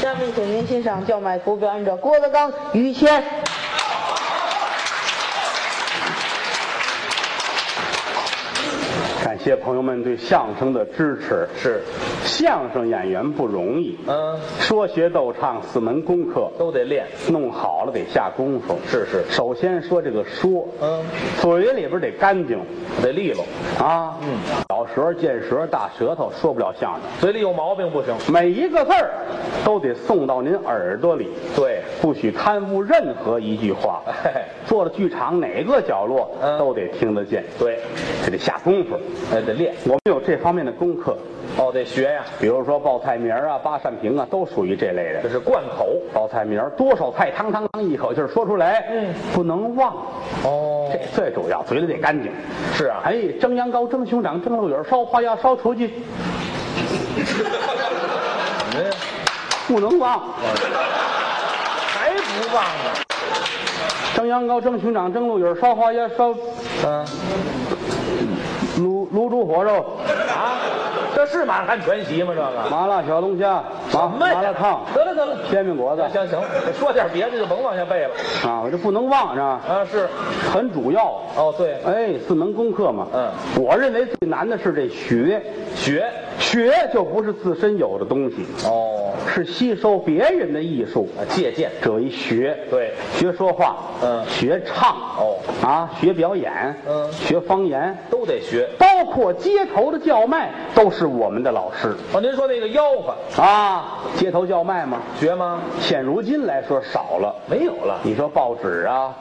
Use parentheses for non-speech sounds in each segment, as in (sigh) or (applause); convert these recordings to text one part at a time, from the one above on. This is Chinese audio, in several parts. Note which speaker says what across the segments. Speaker 1: 下面请您欣赏叫卖图表演者郭德纲、于谦。
Speaker 2: 感谢朋友们对相声的支持。
Speaker 3: 是，
Speaker 2: 相声演员不容易，
Speaker 3: 嗯，
Speaker 2: 说学逗唱四门功课
Speaker 3: 都得练。
Speaker 2: 弄好了得下功夫。
Speaker 3: 是是
Speaker 2: 首先说这个说，
Speaker 3: 嗯，
Speaker 2: 嘴里边得干净
Speaker 3: 得利落，
Speaker 2: 啊。嗯，小舌见舌大舌头说不了相声，
Speaker 3: 嘴里有毛病不行。
Speaker 2: 每一个字儿都得送到您耳朵里，
Speaker 3: 对，
Speaker 2: 不许贪污任何一句话。
Speaker 3: (laughs) 哎，
Speaker 2: 坐到剧场哪个角落
Speaker 3: 嗯
Speaker 2: 都得听得见，
Speaker 3: 对，
Speaker 2: 这得下功夫。
Speaker 3: 哎，得练。
Speaker 2: 我们有这方面的功课，
Speaker 3: 哦，得学呀，
Speaker 2: 比如说报菜名儿啊、八扇屏啊，都属于这类
Speaker 3: 这
Speaker 2: 的。
Speaker 3: 是贯口。
Speaker 2: 报菜名儿多少菜，汤汤汤，一口气儿说出来，
Speaker 3: 嗯，
Speaker 2: 不能忘，
Speaker 3: 哦
Speaker 2: 这最主要，嘴里得干净。
Speaker 3: 是啊，
Speaker 2: 哎，蒸羊羔、蒸熊掌、蒸鹿眼、烧花鸭、烧雏鸡，
Speaker 3: 嗯，
Speaker 2: 不能忘。
Speaker 3: 还不忘呢。
Speaker 2: 蒸羊羔、蒸熊掌、蒸鹿眼、烧花鸭、烧
Speaker 3: 嗯，
Speaker 2: 卤卤猪火肉、
Speaker 3: 啊，这是满汉全席吗？这个
Speaker 2: 麻辣小龙虾、麻
Speaker 3: 什么呀
Speaker 2: 麻辣烫、
Speaker 3: 得了得了，
Speaker 2: 煎饼果子
Speaker 3: 行行，说点别的就甭往下背了。
Speaker 2: 啊，我这不能忘是吧？
Speaker 3: 啊，是，
Speaker 2: 很主要。
Speaker 3: 哦，对，
Speaker 2: 哎，四门功课嘛，
Speaker 3: 嗯，
Speaker 2: 我认为最难的是这学，
Speaker 3: 学。
Speaker 2: 学就不是自身有的东西，
Speaker 3: 哦，
Speaker 2: 是吸收别人的艺术，
Speaker 3: 啊，借鉴。
Speaker 2: 这为学。
Speaker 3: 对
Speaker 2: 学说话，
Speaker 3: 嗯
Speaker 2: 学唱，
Speaker 3: 哦，
Speaker 2: 啊，学表演，
Speaker 3: 嗯
Speaker 2: 学方言，
Speaker 3: 都得学。
Speaker 2: 包括街头的叫卖，都是我们的老师
Speaker 3: 哦，您说那个吆喝
Speaker 2: 啊。街头叫卖嘛，
Speaker 3: 学吗？
Speaker 2: 现如今来说少了。
Speaker 3: 没有了。
Speaker 2: 你说报纸啊、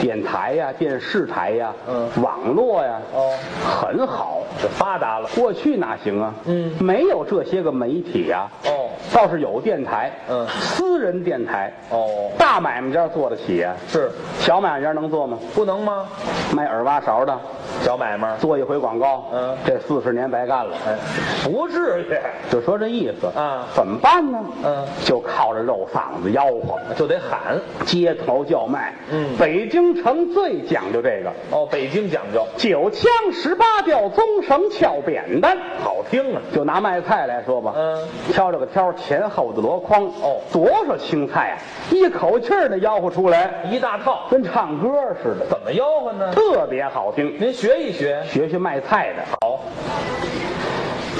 Speaker 2: 电台呀、电视台呀、
Speaker 3: 嗯
Speaker 2: 网络呀、
Speaker 3: 哦，
Speaker 2: 很好。
Speaker 3: 这发达了。
Speaker 2: 过去哪行啊？
Speaker 3: 嗯
Speaker 2: 没有这些个媒体啊。
Speaker 3: 哦
Speaker 2: 倒是有电台，
Speaker 3: 嗯
Speaker 2: 私人电台，
Speaker 3: 哦，
Speaker 2: 大买卖家做得起啊，
Speaker 3: 是
Speaker 2: 小买卖家能做吗？
Speaker 3: 不能吗？
Speaker 2: 卖耳挖勺的
Speaker 3: 小买卖，
Speaker 2: 做一回广告，
Speaker 3: 嗯
Speaker 2: 这四十年白干了。
Speaker 3: 哎，不至于，
Speaker 2: 就说这意思
Speaker 3: 啊
Speaker 2: 怎么办呢？
Speaker 3: 嗯，
Speaker 2: 就靠着肉嗓子吆喝，
Speaker 3: 就得喊
Speaker 2: 街头叫卖。
Speaker 3: 嗯
Speaker 2: 北京城最讲究这个，
Speaker 3: 哦。北京讲究，
Speaker 2: 九腔十八调，棕绳翘扁担。
Speaker 3: 好听啊。
Speaker 2: 就拿卖菜来说吧，
Speaker 3: 嗯，
Speaker 2: 挑了个挑，前后的箩筐，
Speaker 3: 哦
Speaker 2: 多少青菜啊，一口气儿的吆喝出来，
Speaker 3: 一大套，
Speaker 2: 跟唱歌似的，
Speaker 3: 怎么吆喝呢？
Speaker 2: 特别好听。
Speaker 3: 您学一学。
Speaker 2: 学学卖菜的，
Speaker 3: 好，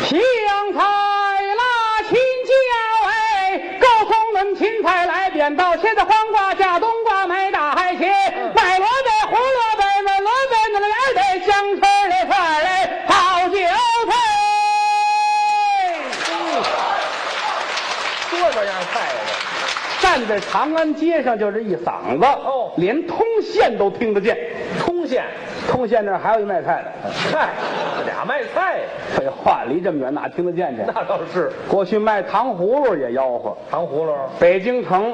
Speaker 2: 青菜辣青椒哎，高葱嫩芹菜来扁豆，茄子黄瓜架冬瓜，买大海鲜，
Speaker 3: 嗯
Speaker 2: 买萝卜胡萝卜买萝卜那个来得香椿的菜嘞，泡韭菜。
Speaker 3: 这个样菜的，
Speaker 2: 站在长安街上就这一嗓子，
Speaker 3: 哦
Speaker 2: 连通县都听得见。
Speaker 3: 通县，
Speaker 2: 通县那儿还有一卖菜的，
Speaker 3: 嗨，这俩卖菜的，
Speaker 2: 废话，离这么远哪听得见去？啊
Speaker 3: 那倒是
Speaker 2: 过去卖糖葫芦也吆喝。
Speaker 3: 糖葫芦。
Speaker 2: 北京城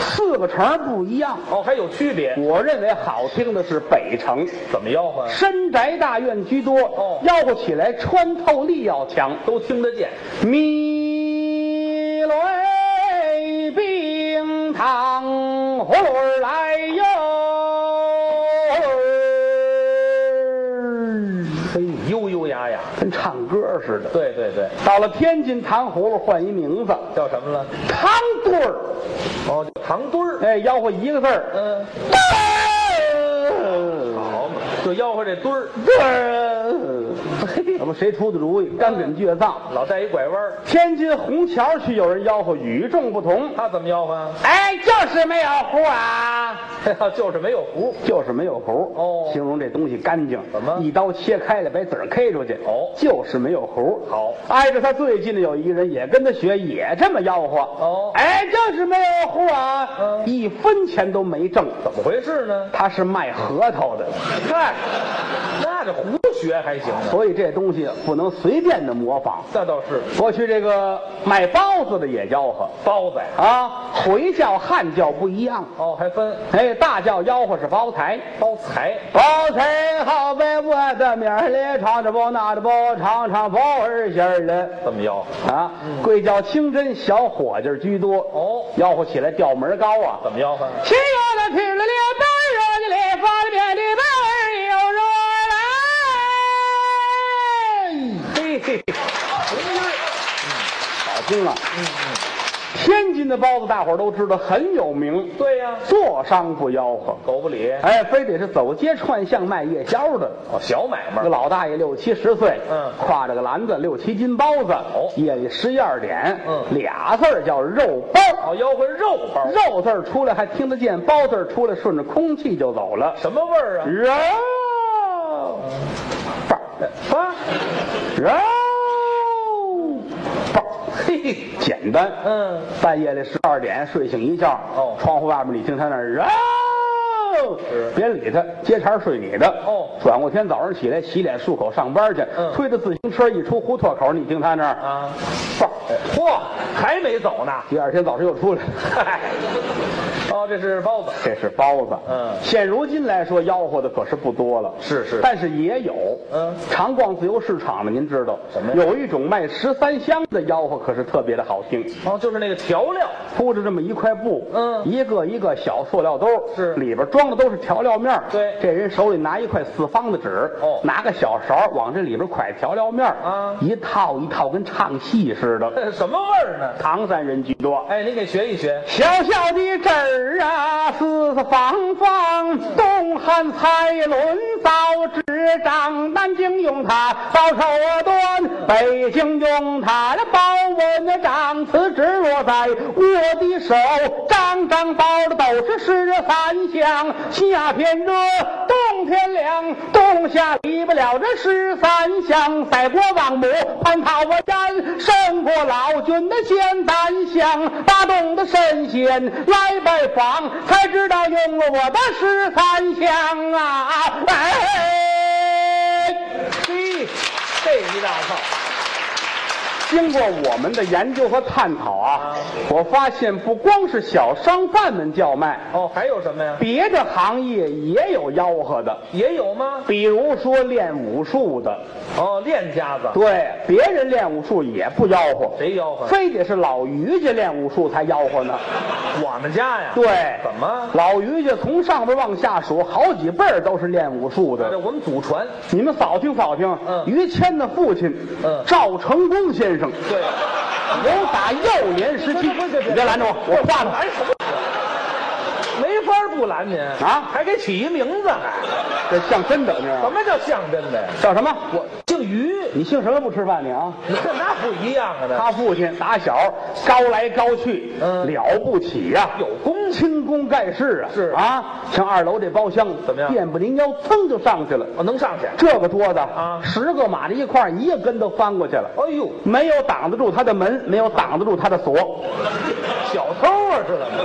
Speaker 2: 四个城儿不一样，
Speaker 3: 哦，还有区别？
Speaker 2: 我认为好听的是北城，
Speaker 3: 怎么吆喝呀？
Speaker 2: 深宅大院居多，
Speaker 3: 哦
Speaker 2: 吆喝起来穿透力要强。
Speaker 3: 都听得见。
Speaker 2: 米雷冰糖葫芦儿来哟，嘿，
Speaker 3: 悠悠雅雅。
Speaker 2: 跟唱歌似的。
Speaker 3: 对对对，
Speaker 2: 到了天津，糖葫芦换一名字，
Speaker 3: 叫什么了？
Speaker 2: 糖墩儿，
Speaker 3: 哦，叫糖墩儿。
Speaker 2: 哎，吆喝一个字儿，
Speaker 3: 嗯，
Speaker 2: 墩儿，
Speaker 3: 好嘛，就吆喝这墩儿，
Speaker 2: 墩儿，嘿， (laughs) 咱们谁出的主意？干梗倔丧。
Speaker 3: 老带一拐弯儿。
Speaker 2: 天津虹桥区有人吆喝，与众不同。
Speaker 3: 他怎么吆喝啊？ (laughs)
Speaker 2: 哎，就是没有胡啊，
Speaker 3: 就是没有胡。
Speaker 2: 就是没有胡
Speaker 3: 哦
Speaker 2: 形容这东西干净，
Speaker 3: 怎么
Speaker 2: 一刀切开了，把籽儿 K 出去，
Speaker 3: 哦
Speaker 2: 就是没有胡。
Speaker 3: 好
Speaker 2: 挨着他最近的有一个人也跟他学，也这么吆喝，
Speaker 3: 哦
Speaker 2: 哎，就是没有胡啊，
Speaker 3: 嗯
Speaker 2: 一分钱都没挣，
Speaker 3: 怎么回事呢？
Speaker 2: 他是卖核桃的，
Speaker 3: 嗨，那这胡学还行呢。
Speaker 2: 所以这东西不能随便的模仿。
Speaker 3: 那倒是
Speaker 2: 过去这个卖包子的也吆喝
Speaker 3: 包子呀。
Speaker 2: 啊，回教汉教不一样，
Speaker 3: 哦，还分
Speaker 2: 哎，大教吆喝是包台。
Speaker 3: 包财。
Speaker 2: 包菜好白我的面儿嘞，尝着包拿着包，尝尝包二馅儿嘞。
Speaker 3: 怎么吆喝？
Speaker 2: 啊，贵叫清真小伙计儿居多
Speaker 3: 哦
Speaker 2: 吆喝起来调门儿高啊。
Speaker 3: 怎么吆喝？
Speaker 2: 亲爱的，吃了了包肉的嘞，发了面的包儿有肉来。
Speaker 3: 嘿嘿，
Speaker 2: 好听啊！天津的包子大伙儿都知道很有名，
Speaker 3: 对呀
Speaker 2: 做商不吆喝，
Speaker 3: 狗不理，
Speaker 2: 哎，非得是走街串巷卖夜宵的。
Speaker 3: 哦，小买卖
Speaker 2: 这个，老大爷六七十岁，
Speaker 3: 嗯
Speaker 2: 挎着个篮子六七斤包子，
Speaker 3: 哦
Speaker 2: 夜里十一二点，
Speaker 3: 嗯
Speaker 2: 俩字儿叫肉包，
Speaker 3: 哦，吆喝肉包，
Speaker 2: 肉字儿出来还听得见，包字儿出来顺着空气就走了，
Speaker 3: 什么味儿啊？
Speaker 2: 肉包啊，肉包，嘿，简单，
Speaker 3: 嗯，
Speaker 2: 半夜里十二点睡醒一觉，
Speaker 3: 哦
Speaker 2: 窗户外面你听他那儿肉。
Speaker 3: 是
Speaker 2: 别理他，接茬儿睡你的。
Speaker 3: 哦
Speaker 2: 转过天早上起来洗脸漱口上班去，
Speaker 3: 嗯
Speaker 2: 推着自行车一出胡同口，你听他那儿，
Speaker 3: 啊，
Speaker 2: 嗖
Speaker 3: 嚯，还没走呢， (laughs)
Speaker 2: 第二天早上又出来，
Speaker 3: 嗨，哦，这是包子，
Speaker 2: 这是包子。
Speaker 3: 嗯
Speaker 2: 现如今来说，吆喝的可是不多了。
Speaker 3: 是是
Speaker 2: 但是也有。
Speaker 3: 嗯
Speaker 2: 常逛自由市场的，您知道
Speaker 3: 什么呀
Speaker 2: 有一种卖十三香的吆喝，可是特别的好听。
Speaker 3: 哦，就是那个调料， (laughs)
Speaker 2: 铺着这么一块布，
Speaker 3: 嗯
Speaker 2: 一个一个小塑料兜儿，
Speaker 3: 是
Speaker 2: 里边装的都是调料面儿
Speaker 3: 对
Speaker 2: 这人手里拿一块四方的纸，
Speaker 3: 哦
Speaker 2: 拿个小勺儿往这里边蒯调料面儿
Speaker 3: 啊
Speaker 2: 一套一套跟唱戏似的。
Speaker 3: (laughs) 这什么味儿呢？
Speaker 2: 唐山人居多，
Speaker 3: 哎，您给学一学，
Speaker 2: 小小的纸儿啊，四四方方，东汉蔡伦造纸张，南京用它包手端，北京用它来包文章。此纸落在我的手，张张包的都是十三香，夏天热，冬天凉，冬夏离不了这十三香。赛过王母，蟠桃我沾，胜过老君的仙丹香。大洞的神仙来拜访，才知道用了我的十三香啊！哎，
Speaker 3: 嘿，这一大套，
Speaker 2: 经过我们的研究和探讨啊
Speaker 3: 啊，
Speaker 2: 我发现不光是小商贩们叫卖，
Speaker 3: 哦，还有什么呀？
Speaker 2: 别的行业也有吆喝的，
Speaker 3: 也有吗？
Speaker 2: 比如说练武术的，
Speaker 3: 哦，练家子，
Speaker 2: 对，别人练武术也不吆喝，
Speaker 3: 谁吆喝？
Speaker 2: 非得是老于家练武术才吆喝呢。
Speaker 3: 我们家呀，
Speaker 2: 对，
Speaker 3: 怎么？
Speaker 2: 老于家从上边往下数，好几辈儿都是练武术
Speaker 3: 这
Speaker 2: 的。
Speaker 3: 我们祖传，
Speaker 2: 你们扫听扫听，
Speaker 3: 嗯
Speaker 2: 于谦的父亲，
Speaker 3: 嗯
Speaker 2: 赵成功先生，
Speaker 3: 对，
Speaker 2: 由打幼年时期，
Speaker 3: 不是不是不是
Speaker 2: 你别拦着我，我画他。
Speaker 3: 哎什么？没法不拦您
Speaker 2: 啊
Speaker 3: 还给起一名字，
Speaker 2: 这像真的，你知道
Speaker 3: 什
Speaker 2: 吗？
Speaker 3: 么叫像真的呀？
Speaker 2: 叫什么？我，
Speaker 3: 姓于， (laughs)
Speaker 2: 你姓什么不吃饭你啊？
Speaker 3: 那那不一样啊！那
Speaker 2: 他父亲打小高来高去，
Speaker 3: 嗯
Speaker 2: 了不起呀、
Speaker 3: 有功
Speaker 2: 轻功盖世啊，
Speaker 3: 是
Speaker 2: 啊，像二楼这包厢
Speaker 3: 怎么样
Speaker 2: 遍不灵腰，噌就上去了。
Speaker 3: 我能上去。
Speaker 2: 这个桌子
Speaker 3: 啊
Speaker 2: 十个码着一块儿，一个跟头翻过去了，
Speaker 3: 哎呦，
Speaker 2: 没有挡得住他的门，没有挡得住他的锁，
Speaker 3: 小偷啊，是怎么的？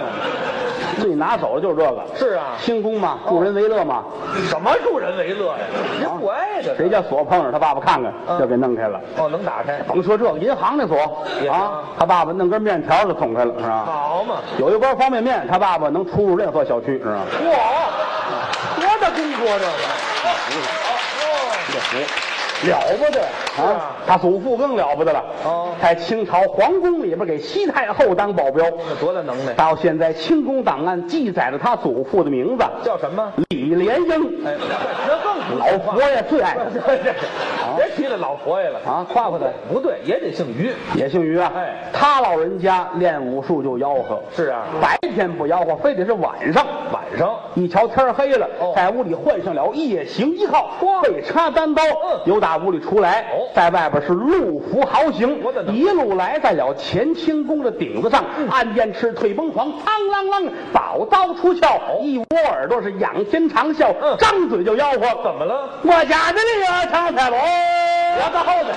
Speaker 2: 最拿手的就是这个，
Speaker 3: 是啊哦
Speaker 2: 轻功嘛，助人为乐嘛，
Speaker 3: 什么助人为乐呀？人不挨着呢
Speaker 2: 谁家锁碰上他爸爸看看，
Speaker 3: 嗯
Speaker 2: 就给弄开了。
Speaker 3: 哦，能打开，
Speaker 2: 甭说这个，银行的锁
Speaker 3: 也
Speaker 2: 啊
Speaker 3: 啊，
Speaker 2: 他爸爸弄根面条就捅开了，是吧？
Speaker 3: 好嘛！
Speaker 2: 有一包方便面，他爸爸能出入任何小区，是吧？
Speaker 3: 哇，多大功夫啊这个！哦
Speaker 2: 了不得啊
Speaker 3: 啊！
Speaker 2: 他祖父更了不得了，
Speaker 3: 哦
Speaker 2: 在清朝皇宫里边给西太后当保镖，
Speaker 3: 哦，多大能耐？
Speaker 2: 到现在清宫档案记载着他祖父的名字
Speaker 3: 叫什么？
Speaker 2: 李莲英，
Speaker 3: 哎，那更不
Speaker 2: 老
Speaker 3: 像话
Speaker 2: 佛爷最爱他
Speaker 3: (laughs) 别提了老佛爷了
Speaker 2: 啊夸夸他
Speaker 3: 不对，也得姓于。
Speaker 2: 也姓于啊。
Speaker 3: 哎
Speaker 2: 他老人家练武术就吆喝，
Speaker 3: 是啊
Speaker 2: 白天不吆喝，非得是晚上。
Speaker 3: 晚上
Speaker 2: 一瞧天儿黑了，
Speaker 3: 哦
Speaker 2: 在屋里换上了夜行衣靠，背插单刀，
Speaker 3: 嗯
Speaker 2: 由打屋里出来，
Speaker 3: 哦
Speaker 2: 在外边是路伏豪行，
Speaker 3: 我的能
Speaker 2: 一路来在了乾清宫的顶子上，
Speaker 3: 嗯
Speaker 2: 暗箭翅退崩狂，嘡啷啷，宝刀出鞘，一窝耳朵是仰天长啸，
Speaker 3: 哦嗯
Speaker 2: 张嘴就吆喝，
Speaker 3: 怎么了？
Speaker 2: 我家的那个长菜萝，我的后子。